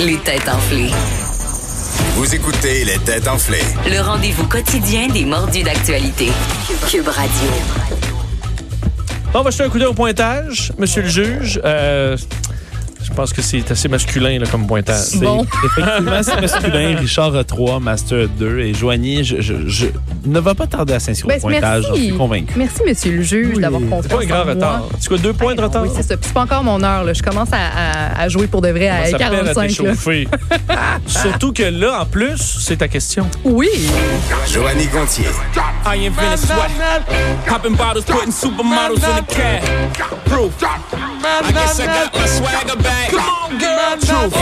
Les têtes enflées. Vous écoutez les têtes enflées. Le rendez-vous quotidien des mordus d'actualité. Cube Radio. Bon, on va jeter un coup d'œil au pointage, monsieur le juge. Euh, je pense que c'est assez masculin là, comme pointage. Bon. Effectivement, c'est masculin. Richard a 3, Master 2 et Joanie, je, je- je- ne va pas tarder à s'inscrire Ben, au pointage. J'en suis merci. convaincu. Merci, monsieur le juge, d'avoir confiance. C'est pas un grand en moi. retard. C'est quoi, deux points de Ah, non, retard? Oui, c'est ça. Puis c'est pas encore mon heure. Là. Je commence à, à- à jouer pour de vrai à ça perd à 45. là. t'échauffer. Surtout que là, en plus, c'est ta question. Oui. Joanny Gontier. I ain't finna sweat. Popping bottles, putting supermodels in the cab. Proof. I guess I got my swagger back. Come on, girl. Truth.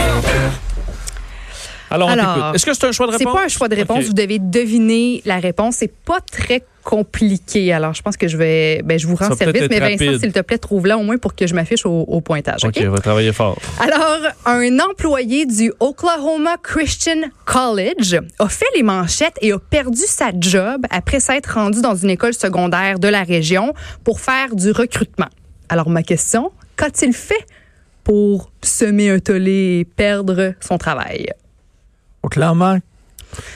Alors, on Alors, t'écoute. Est-ce que c'est un choix de C'est réponse? pas un choix de réponse. Ok. Vous devez deviner la réponse. C'est pas très compliqué. Alors, je pense que je vais. Ben, je vous Ça rends va service. peut-être Mais être Vincent, rapide. s'il te plaît, trouve-la au moins pour que je m'affiche au, au pointage. OK, OK? on va travailler fort. Alors, un employé du Oklahoma Christian College a fait les manchettes et a perdu sa job après s'être rendu dans une école secondaire de la région pour faire du recrutement. Alors, ma question, qu'a-t-il fait pour semer un tollé et perdre son travail? Clairement.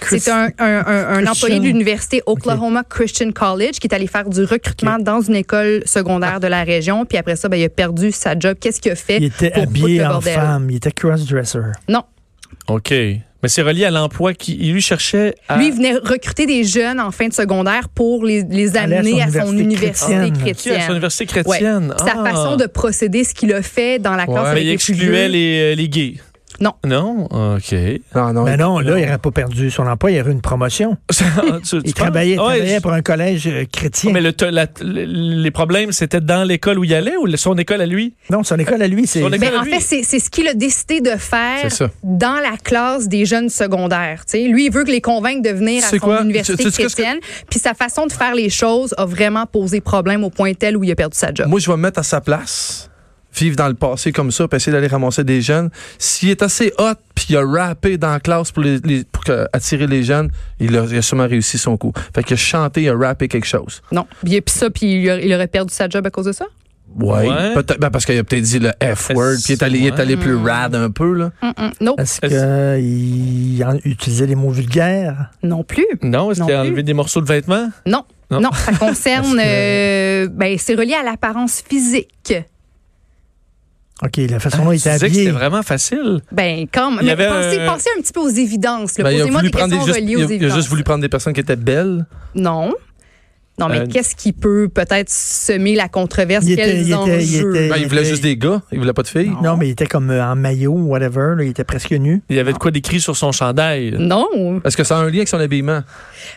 C'est un, un- un- un employé Christian. de l'université Oklahoma Christian College qui est allé faire du recrutement dans une école secondaire de la région. Puis après ça, ben, il a perdu sa job. Qu'est-ce qu'il a fait Il était pour foutre habillé le en bordel? femme. Il était cross-dresser. Non. OK. Mais c'est relié à l'emploi qui il lui cherchait Euh, à... Lui, il venait recruter des jeunes en fin de secondaire pour les, les Aller à amener à son son, université université chrétienne. qui, à son chrétienne. université Ouais. chrétienne. Sa Ah. façon de procéder, ce qu'il a fait dans la classe Ouais. avec Mais il les plus vieux. excluait les, euh, les gays. Non. Non? OK. Non, non. Mais il- non, là, il n'aurait pas perdu son emploi. Il aurait eu une promotion. Ah, Tu- tu Il travaillait, il penses? Ouais, travaillait je- pour un collège euh, chrétien. Mais le, to- la- le- les problèmes, c'était dans l'école où il allait ou le- son école à lui? Non, son école à lui, c'est... Son école- Ben, en lui. fait, c'est c'est ce qu'il a décidé de faire C'est ça. dans la classe des jeunes secondaires. tu sais. Lui, il veut que les convaincre de venir à C'est son quoi? université Tu- tu sais ce que- chrétienne. Puis sa façon de faire les choses a vraiment posé problème au point tel où il a perdu sa job. Moi, je vais me mettre à sa place, vivre dans le passé comme ça, puis essayer d'aller ramasser des jeunes. S'il est assez hot, puis il a rappé dans la classe pour, les, les- pour que- attirer les jeunes, il a, il a sûrement réussi son coup. Fait qu'il a chanté, il a rappé quelque chose. Non. Puis puis ça, puis il, a- il aurait perdu sa job à cause de ça? Ouais. Ouais. Peut-être ben, parce qu'il a peut-être dit le F-word, puis il est allé, il est allé plus rad un peu, là. Mm, Non. Est-ce Est-ce- qu'il utilisait des mots vulgaires? Non plus. Non, est-ce Non qu'il a plus. enlevé des morceaux de vêtements? Non. Non. Non, ça concerne. euh, ben, c'est relié à l'apparence physique. OK, la façon dont Oh, il Ah, Tu disais était que c'était habillé. vraiment facile. Ben, comme. Il y Mais avait pensez, un- pensez un petit peu aux évidences. là. Ben, il, a Posez-moi voulu des prendre des questions juste, reliées il, aux a, il a évidences. juste voulu prendre des personnes qui étaient belles. Non. Non, mais Euh, qu'est-ce qui peut peut-être semer la controverse? Il était- Quels il était- il enjeux? était- Ben, il voulait juste des gars, il voulait pas de filles. Non, mais il était comme euh, en maillot ou whatever. là, il était presque nu. Il y avait de quoi d'écrit sur son chandail. Non. Est-ce que ça a un lien avec son habillement?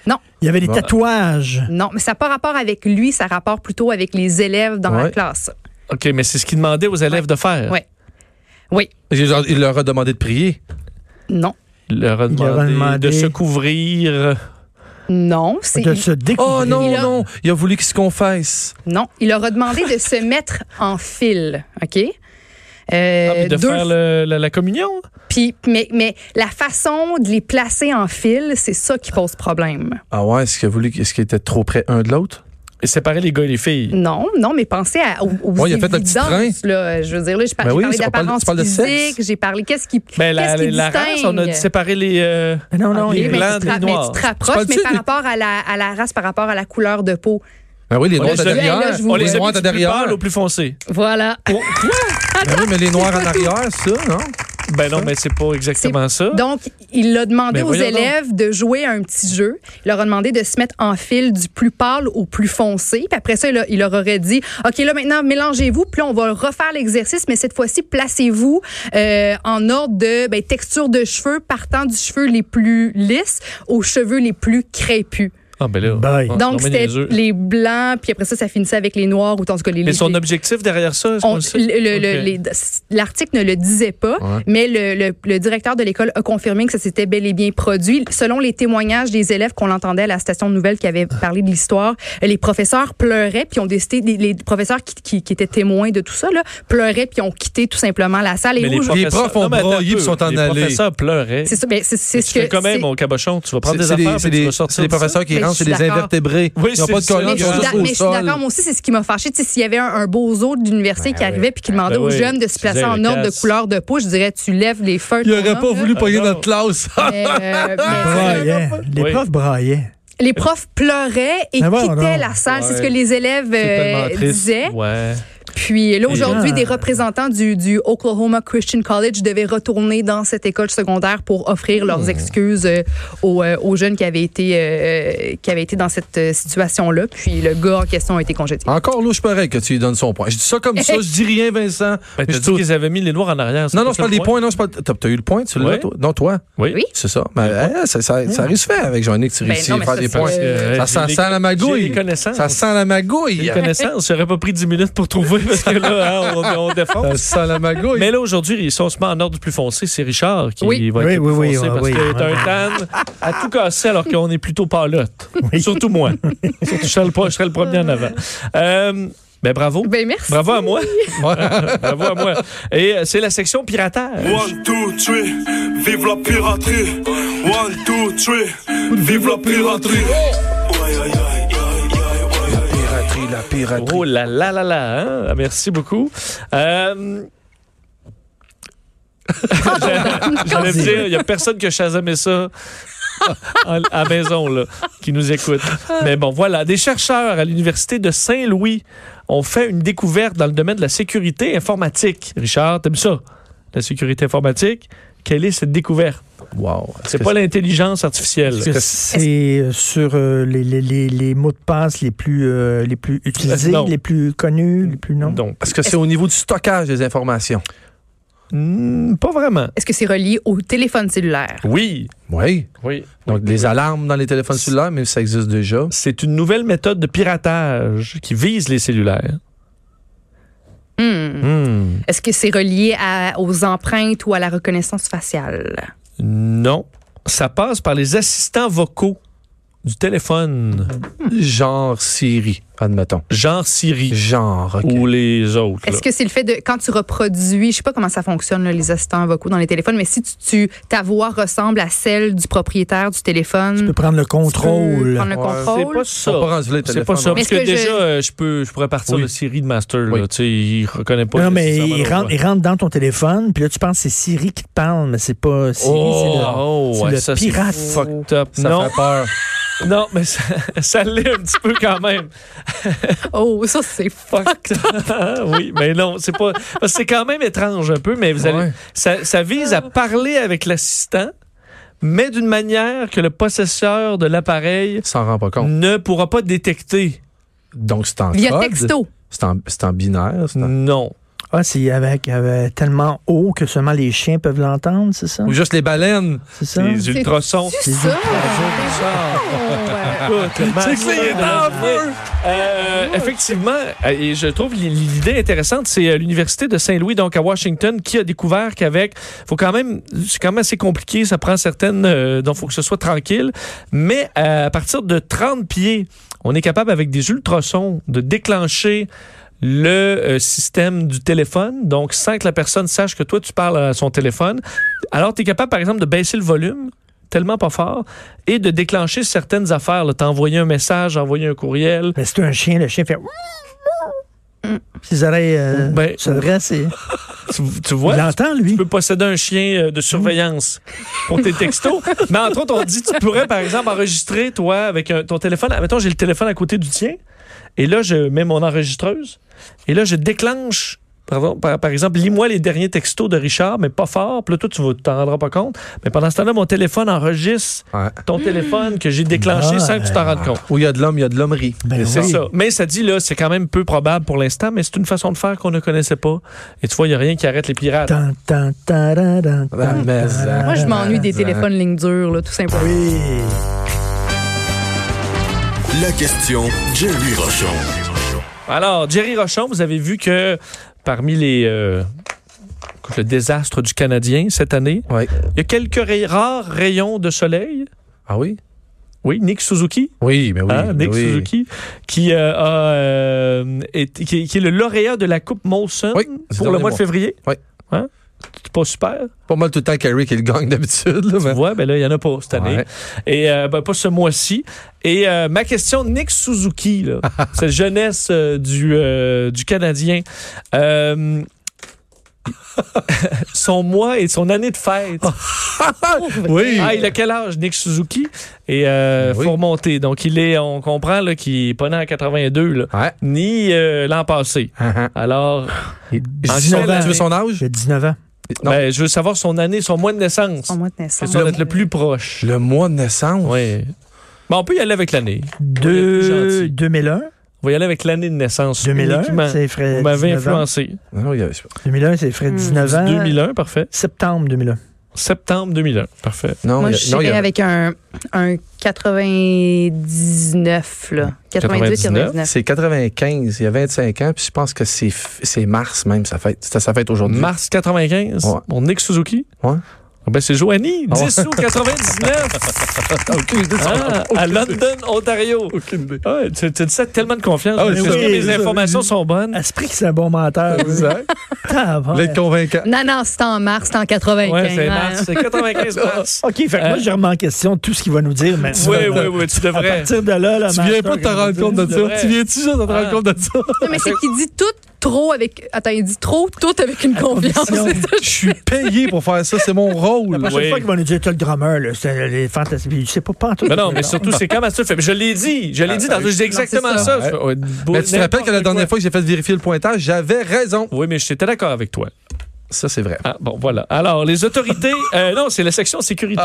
Il y avait des Bon. tatouages. Non, mais ça n'a pas rapport avec lui, ça rapporte plutôt avec les élèves dans la Ouais. classe. OK, mais c'est ce qu'il demandait aux élèves de faire. Ouais. Oui. Il leur- il leur a demandé de prier. Non. Il leur a Il leur a demandé, de demandé- se Euh, couvrir. Non, c'est. De se Oh découvrir. non, Il a- non, il a voulu qu'il se confesse. Non, il leur a demandé de se mettre en file, OK? Euh, Ah, mais de deux faire le- la, la communion. Puis, mais, mais la façon de les placer en file, c'est ça qui pose problème. Ah ouais, est-ce qu'il a voulu, est-ce qu'il était trop près un de l'autre? Et séparer les gars et les filles. Non, non, mais pensez à, aux, aux Ouais, il a fait le petit évidences, là. Je veux dire, là, j'ai par- Ben j'ai oui, parlé on parle- d'apparence tu parles de physique, sexe. j'ai parlé... Qu'est-ce qui, Ben, qu'est-ce la, qui la race, on a distingue? séparé les. euh, Non, non, Oui, les il- mais, blancs tu te des ra- mais noirs. tu te rapproches, mais parles-tu par des- rapport à la, à la race, par rapport à la couleur de peau. Ah oui, les On noirs Ben les à a- derrière. Hey, là, je vous on vois. les les a mis noirs du à plus derrière. pâle au plus foncé. Voilà. Ben oui, mais les noirs en arrière, ça, non? Ben non, mais c'est pas exactement ça. Donc, il a demandé Ah. Ben, aux voyons donc. élèves de jouer à un petit jeu. Il leur a demandé de se mettre en file du plus pâle au plus foncé. Puis après ça, il, a- il leur aurait dit OK, là, maintenant, mélangez-vous. Puis là, on va refaire l'exercice, mais cette fois-ci, placez-vous euh, en ordre de ben, texture de cheveux, partant du cheveu les plus lisses aux cheveux les plus crépus. Ah, ben là. Bye. Ah, non, mais Donc, c'était niaiseux. les blancs, puis après ça, ça finissait avec les noirs ou en tout cas les Mais les- son objectif derrière ça, est-ce qu'on on- le sait? le- le- le- Ok. les- L'article ne le disait pas, Ouais. mais le, le- le directeur de l'école a confirmé que ça s'était bel et bien produit. Selon les témoignages des élèves qu'on entendait à la station de nouvelles qui avait parlé de l'histoire, les professeurs pleuraient puis ont décidé, les, les professeurs qui, qui- qui étaient témoins de tout ça, là, pleuraient puis ont quitté tout simplement la salle. Et Mais où je- les profs ont Non, mais attends braillé un peu. puis sont en Les allés. professeurs pleuraient. c'est ça, ben, c'est c'est C'est ce que quand même, c'est- mon cabochon, tu vas prendre C'est des c'est affaires des, et c'est tu des, vas sortir c'est des de ça. professeurs qui Mais colons, Je suis c'est des d'accord. invertébrés. Oui, Ils n'ont c'est pas de ça, colons, les ils Mais je sont gars. suis juste d'a- au mais je suis sol. d'accord, moi aussi, c'est ce qui m'a fâché. Tu sais, S'il y avait un, un bozo de l'université qui arrivait puis qui demandait Ben aux oui. jeunes de se placer Faisait en les ordre de classes. couleur de peau, je dirais, tu lèves les feux. Ils n'auraient pas voulu pogner non. notre classe. Mais, euh, mais- Braillaient. Les Oui. profs braillaient. les profs pleuraient et Mais voyons quittaient donc. la salle. C'est ce Ouais. que les élèves tellement euh, triste. disaient. Ouais. Ben, Puis là, aujourd'hui, gens- des représentants du, du Oklahoma Christian College devaient retourner dans cette école secondaire pour offrir leurs excuses euh, aux, euh, aux jeunes qui avaient été, euh, qui avaient été dans cette euh, situation-là. Puis le gars en question a été congédié. Encore louche pareil que tu lui donnes son point. Je dis ça comme ça, je dis rien, Vincent. Ben, Mais t'as je dit trouve- qu'ils avaient mis les noirs en arrière. Non, non, je pas parle des points. Non, je parle... T'as t'as eu le point, tu l'as, Oui. toi? Non, toi. Oui. Oui. C'est ça. Mais eh, ça, ça, ça risque faire avec Jean-Nic, tu Ben réussis non, à mais faire ça, des c'est- points. Euh, Ça sent, sent la magouille. J'ai des connaissances. Ça sent la magouille. Des connaissances. J'aurais pas pris 10 minutes pour trouver parce que là, hein, on, on Ça défonce. sent la magouille. Mais là, aujourd'hui, si on se met en ordre du plus foncé, c'est Richard qui Oui. va être Oui, le oui, plus oui, foncé oui, parce oui. qu'il est un tan à tout casser alors qu'on est plutôt palotte. Surtout moi. Surtout, je serais le, pas- je serais le premier en avant. Euh, ben bravo. Ben merci. Bravo à moi. Bravo à moi. Et euh, c'est la section piratage. One, two, three, vive la piraterie. One, two, three, vive la piraterie. Ouais, ouais, ouais, ouais, ouais, ouais. piraterie, la piraterie. Oh là là là là, hein? merci beaucoup. Euh... J'allais me dire, il n'y a personne qui a chasamé ça en- à la maison là, qui nous écoute. Mais bon, voilà, des chercheurs à l'Université de Saint-Louis ont fait une découverte dans le domaine de la sécurité informatique. Richard, t'aimes ça? La sécurité informatique, quelle est cette découverte? Wow. C'est pas l'intelligence artificielle. Est-ce que c'est euh, sur euh, les, les, les, les mots de passe les plus, euh, les plus utilisés, Non. les plus connus, les plus non? Donc, Est-ce que c'est au niveau du stockage des informations? hmm, pas vraiment. Est-ce que c'est relié au téléphone cellulaire? Oui. Oui. Oui. Donc, les alarmes dans les téléphones cellulaires, mais ça existe déjà. C'est une nouvelle méthode de piratage qui vise les cellulaires. Hmm. Est-ce que c'est relié à- aux empreintes ou à la reconnaissance faciale? Non. Ça passe par les assistants vocaux du téléphone, Genre Siri, admettons. genre Siri Genre, OK. ou les autres. là. Est-ce que c'est le fait de quand tu reproduis, je sais pas comment ça fonctionne là, les assistants vocaux dans les téléphones, mais si tu, tu- ta voix ressemble à celle du propriétaire du téléphone, Tu peux prendre le tu peux contrôle. prendre le Ouais, contrôle. Ils sont pas rendus là, les C'est pas téléphones, ça. non. Mais Parce est-ce que, que je- déjà, euh, je, peux, je pourrais partir Oui. de Siri de Master. là. Oui. Tu sais, il reconnaît pas. Non, mais nécessairement il nos rentre, voix. il rentre dans ton téléphone, puis là, tu penses que c'est Siri qui te parle, mais c'est pas Siri, c'est le- Oh, c'est ouais, le ça, c'est pirate. fucked up. Ça non, fait peur. non, mais ça, ça l'est un petit peu quand même. Oh, ça c'est fuck. Fucked up. oui, mais non, c'est pas. parce que C'est quand même étrange un peu, mais vous allez. Ouais. Ça, ça vise à parler avec l'assistant, mais d'une manière que le possesseur de l'appareil S'en rend pas compte. ne pourra pas détecter. Donc, c'est en Via code. texto. C'est en, c'est en binaire. c'est en- Non. Ah, c'est avec euh, tellement haut que seulement les chiens peuvent l'entendre, c'est ça? Ou juste les baleines. C'est ça? Les ultrasons. C'est ça. C'est Euh, effectivement, euh, et je trouve l'i- l'idée intéressante, c'est euh, l'université de Saint-Louis, donc à Washington, qui a découvert qu'avec, faut quand même, c'est quand même assez compliqué, ça prend certaines, euh, donc faut que ce soit tranquille, mais euh, à partir de 30 pieds, on est capable avec des ultrasons de déclencher le euh, système du téléphone, donc sans que la personne sache que toi tu parles à son téléphone. Alors tu es capable par exemple de baisser le volume tellement pas fort et de déclencher certaines affaires, là, t'envoyer un message, envoyer un courriel, Mais c'est un chien, le chien fait. Mm. Ses oreilles euh, Ben- s'adressent et. Tu, tu vois, Il tu l'entend, lui. peux posséder un chien euh, de surveillance pour tes textos. Mais entre autres, on dit tu pourrais, par exemple, enregistrer, toi, avec un- ton téléphone. Ah, Mettons, j'ai le téléphone à côté du tien. Et là, je mets mon enregistreuse. Et là, je déclenche. Par, par- par exemple, lis-moi les derniers textos de Richard, mais pas fort. Puis là, toi, tu ne t'en rendras pas compte. Mais pendant ce temps-là, mon téléphone enregistre Ouais. ton téléphone que j'ai déclenché Ah, sans que tu t'en rendes compte. Où il y a de l'homme, il y a de l'hommerie. Ben C'est oui. ça. Mais ça dit, là, c'est quand même peu probable pour l'instant, mais c'est une façon de faire qu'on ne connaissait pas. Et tu vois, il n'y a rien qui arrête les pirates. Tan, tan, taran, tan, Ah, tan, mais, taran. euh, Moi, je m'ennuie des Ah. téléphones ligne dure, là, tout simplement. Oui. La question Jerry Rochon. Alors, Jerry Rochon, vous avez vu que parmi les. euh, le désastre du Canadien cette année, Ouais. il y a quelques ray- rares rayons de soleil. Ah oui? Oui, Nick Suzuki. Oui, mais oui. hein, mais Nick oui. Suzuki, qui, euh, a, euh, été- qui, est- qui est le lauréat de la Coupe Molson Oui, c'est pour dans le les mois de mois. février. Oui. Hein? Tu pas super. Pas mal tout le temps Carrie qui le gagne d'habitude. là, mais- Ouais, ben là, il n'y en a pas cette année. Ouais. Et euh, ben, pas ce mois-ci. Et euh, ma question, Nick Suzuki, là, cette jeunesse euh, du, euh, du Canadien. Euh, son mois et son année de fête. Oui. Ben Ah, il a quel âge, Nick Suzuki? Et euh, Oui. faut remonter. Donc, il est, on comprend là, qu'il est pas né en 82, là, Ouais. ni euh, l'an passé. Alors, Je dis Gisèle, son- tu veux son âge? J'ai 19 ans. Non. ben, je veux savoir son année, son mois de naissance. Son mois de C'est naissance. ça d'être le plus proche. Le mois de naissance? Oui. Ben, on peut y aller avec l'année. Deux- gentil. 2001. On va y aller avec l'année de naissance. 2001, uniquement. c'est Vous euh, frais. m'avez 19 ans. influencé. Non, il y avait- 2001, c'est Hmm. frais 19 Euh. ans. 2001, parfait. Septembre 2001. Septembre 2001, parfait. non, Moi, il y a- je non, il y serais a- avec un, un 99, là. 98, 99. C'est 95, il y a 25 ans, puis je pense que c'est f- c'est mars même, sa fête. C'était sa fête aujourd'hui. Mars 95, Ouais. mon Nick Suzuki. Ouais. Ah ben c'est Joanie, 10 ouais. août 99, Aucune idée de son hein, âge. à London, Ontario. Aucune idée. Ah, tu, tu dis ça avec tellement de confiance. Ah oui, Mais c'est oui, ça. mes Ah, informations sont bonnes. Esprit que c'est un bon menteur. Exact. L'être Tabarnak. convaincant. Non, non, c'est en mars, c'est en 95. Ouais, c'est hein. mars, c'est 95 Ah. mars. OK, fait que moi, Euh, je remets en question tout ce qu'il va nous dire maintenant. Oui, oui, oui, tu À devrais. partir de là, là Tu viens pas de te rendre compte de C'est vrai. Ah. ça. Tu viens-tu juste de te rendre compte de ça? Non, mais c'est qu'il dit tout trop avec. Attends, il dit trop, tout avec une confiance. conviction. C'est ça, Je suis payé pour faire ça, c'est mon rôle. La prochaine Oui. fois qu'il va nous dire, t'as le drummer, là, c'est euh, les fantasmes. Je sais pas, pas en tout. Mais non, mais surtout, c'est comme ça. Fait, je l'ai dit, je l'ai dit, dans, je dis exactement c'est ça. Ouais. Je fais, ouais, beau- Mais tu te rappelles que la n'importe dernière quoi. fois que j'ai fait vérifier le pointage, j'avais raison. Oui, mais j'étais d'accord avec toi. Ça, c'est vrai. Ah, bon, voilà. Alors, les autorités. euh, non, c'est la section sécurité.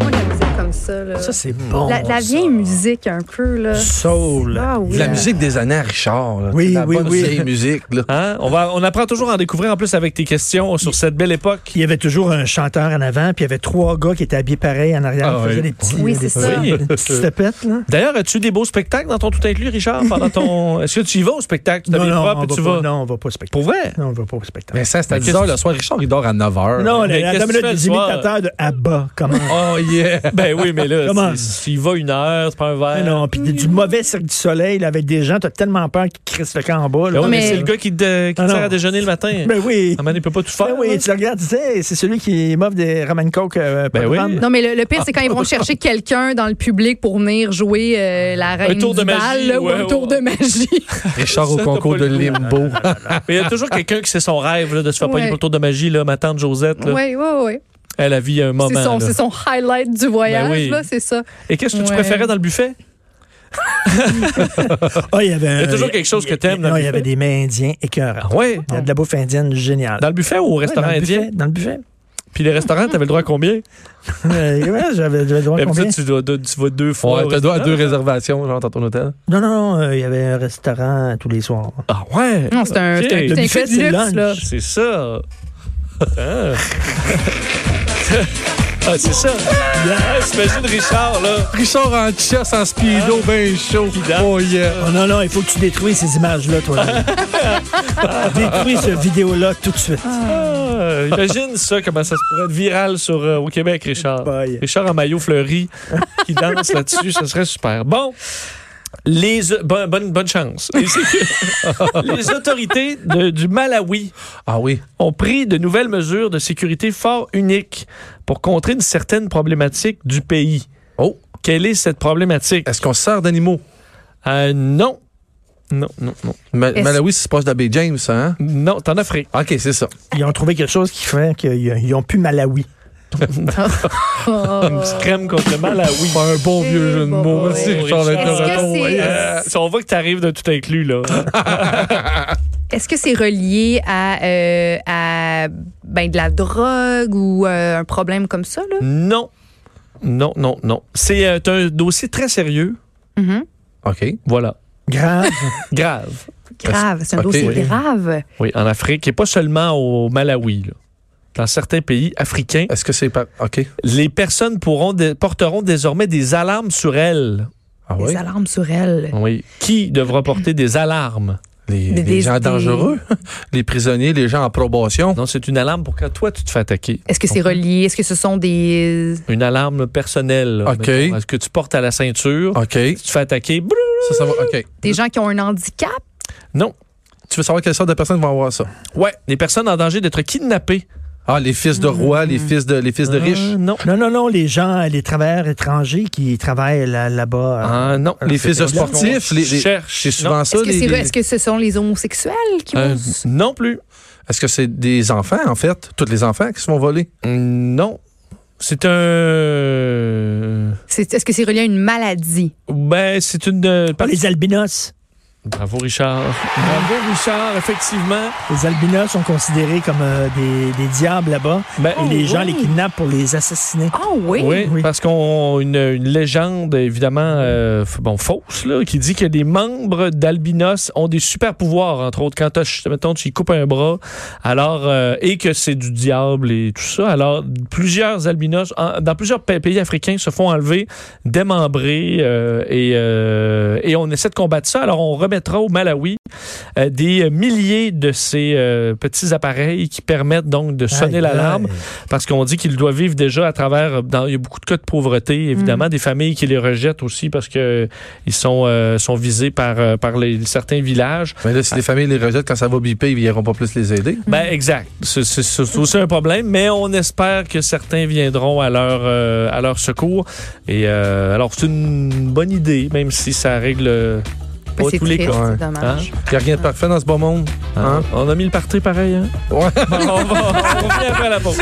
moi, la musique comme ça, là. Ça, c'est bon. la, la vieille musique, un peu, là. Soul. Ah oui. La musique des années à Richard. là. Oui, la oui, bonne oui. vieille musique. Là. Hein? On, va, on apprend toujours à en découvrir en plus avec tes questions sur cette belle époque. Il y avait toujours un chanteur en avant, puis il y avait trois gars qui étaient habillés pareil en arrière. Ah ils faisaient oui. des petits, euh, Oui, des c'est ça. petits- des petites tapettes, là. D'ailleurs, as-tu des beaux spectacles dans ton tout inclus, Richard? Pendant ton... Est-ce que tu y vas au spectacle? Tu Non, t'habilles non, propre on et tu va pas- vas. non, Ben, on va pas au spectacle. Pour vrai? Non, on va pas au spectacle. Vincent, c'est à Mais 10 qu'est-ce h le soir. Richard, il dort à 9 h. Non, mais la, qu'est-ce la que tu minute fais le des soir? imitateurs de Abba, comment? Oh, yeah. Ben oui, mais là, Comment? si- s'il va une heure, c'est pas un verre. non, puis du mauvais cirque du soleil, là, avec des gens, t'as tellement peur qu'ils crissent le camp en bas. Ben Là. oui, mais, Mais- c'est le gars qui te, qui te Ah, non. sert à déjeuner le matin. Ben oui. Ah, man, il peut pas tout faire. Ben oui, là. tu le regardes, tu sais, hey, c'est celui qui m'offre des ramen coke euh, pas Ben de oui. rhum. Non, mais le, le pire, c'est quand ils vont chercher quelqu'un dans le public pour venir jouer euh, la reine tour du de bal, magie, là, ou ouais, un ouais. tour de magie. Richard au Ça, t'as concours pas de le goût. limbo. Mais il y a toujours quelqu'un qui sait son rêve là, de se faire Ouais. pogner pour le tour de magie. Là. Ma tante Josette, là, Oui, oui, oui. elle a vu un moment. C'est son, là. c'est son highlight du voyage, Ben oui. là, c'est ça. Et qu'est-ce que tu Ouais. préférais dans le buffet? Ah, il y avait Il y a un- toujours quelque chose que t'aimes dans Non, le il y avait des mains indiens Ah écœurants. ouais? Il y a de la bouffe indienne géniale. Dans le buffet ou au restaurant Ouais, dans le indien? buffet, Dans le buffet. Puis les restaurants, t'avais le droit à combien? Euh, ouais, j'avais j'avais le droit à Mais combien? tu, dois, deux- tu vas deux fois. Ouais, au t'as droit à restaurant. deux réservations, genre, dans ton hôtel. Non, non, non, euh, il y avait un restaurant tous les soirs. Ah ouais? Non, c'est un, Ok. c'est un- Le c'est un buffet, coup de c'est luxe, lunch. là. C'est ça. Hein? Ah, Ah, c'est ça. Ah, J'imagine Richard, là. Richard en chess, en speedo, ben chaud. Oh, yeah. Oh non, non, il faut que tu détruis ces images-là, toi. là. Détruis ce vidéo-là tout de suite. Ah, imagine ça, comment ça se pourrait être viral sur, euh, au Québec, Richard. Boy. Richard en maillot fleuri qui danse là-dessus, ça serait super. Bon. Les, bon- bonne, bonne chance. Les, les autorités de- du Malawi Ah oui. ont pris de nouvelles mesures de sécurité fort uniques pour contrer une certaine problématique du pays. Oh. Quelle est cette problématique? Est-ce qu'on se sert d'animaux? Euh, non. Non, non, non. Ma- Est-ce- Malawi, c'est proche d'Abbé James, ça, hein? Non, t'en as frais. OK, c'est ça. Ils ont trouvé quelque chose qui fait qu'ils ont pu Malawi. Oh. Une petite crème contre le Malawi. Un bon vieux jeu de bon, mots. ouais. Merci, Richard Richard. d'être Est-ce de que retour. c'est- Euh, si on voit que t'arrives de tout inclus, là. Est-ce que c'est relié à, euh, à ben, de la drogue ou euh, un problème comme ça? Là? non. Non, non, non. C'est euh, un dossier très sérieux. Mhm. OK. Voilà. Grave. Grave. Grave, c'est un Ok, dossier oui. grave. Oui, en Afrique. Et pas seulement au Malawi, là. Dans certains pays africains, Est-ce que c'est pas. OK. les personnes pourront dé- porteront désormais des alarmes sur elles. Ah Des oui? Ah. alarmes sur elle. Oui. Qui devra porter des alarmes? Les, Des- les des- gens des- dangereux, les prisonniers, les gens en probation. Non, c'est une alarme pour quand toi, tu te fais attaquer. Est-ce que c'est relié? Est-ce que ce sont des. Une alarme personnelle. là, OK. mettons, Est-ce que tu portes à la ceinture? OK. Tu te fais attaquer. brrr. Ça, ça va. OK. des gens qui ont un handicap? Non. Tu veux savoir quelle sorte de personnes vont avoir ça? Ouais, les personnes en danger d'être kidnappées. Ah, les fils de rois, Mmh. les fils de, les fils de riches. Euh, non. Non, non, non, les gens, les travailleurs étrangers qui travaillent là- là-bas. euh, Ah, non. Les fils de sportifs, les, les- Cherche. c'est souvent Non. ça. Est-ce que, les- c'est- les- est-ce que ce sont les homosexuels qui Euh, vont. non plus. Est-ce que c'est des enfants, en fait? Tous les enfants qui se font voler? Non. C'est un. c'est- Est-ce que c'est relié à une maladie? Ben, c'est une. euh, pas les albinos. Bravo, Richard. Bravo, Richard, effectivement. Les albinos sont considérés comme euh, des, des diables là-bas. Ben, et les gens oui. les kidnappent pour les assassiner. Ah oui! Oui, Oui. parce qu'on une, une légende évidemment euh, f- bon fausse là, qui dit que les membres d'Albinos ont des super pouvoirs entre autres quand t'as ch- mettons tu y coupes un bras alors euh, et que c'est du diable et tout ça alors plusieurs Albinos en- dans plusieurs pa- pays africains se font enlever démembrés euh, et euh, et on essaie de combattre ça alors on remettra au Malawi euh, des milliers de ces euh, petits appareils qui permettent donc de sonner Aïe, l'alarme aïe. parce qu'on dit qu'ils doivent vivre déjà à travers. dans- il y a beaucoup de cas de pauvreté, évidemment, Mm. des familles qui les rejettent aussi parce que euh, ils sont euh, sont visés par euh, par les, certains villages. Mais Ben là, si les familles les rejettent, quand ça va biper, ils n'iront pas plus les aider. Mm. Ben exact, c'est c'est- c'est aussi un problème, mais on espère que certains viendront à leur euh, à leur secours. Et euh, alors c'est une bonne idée, même si ça règle. euh, Ben, Pas c'est tous les triste, cas. Ah. c'est dommage. Il n'y a rien de parfait dans ce bon monde. Hein? On a mis le parti pareil. Hein? Ouais. Bon, on, va, on revient après la pause.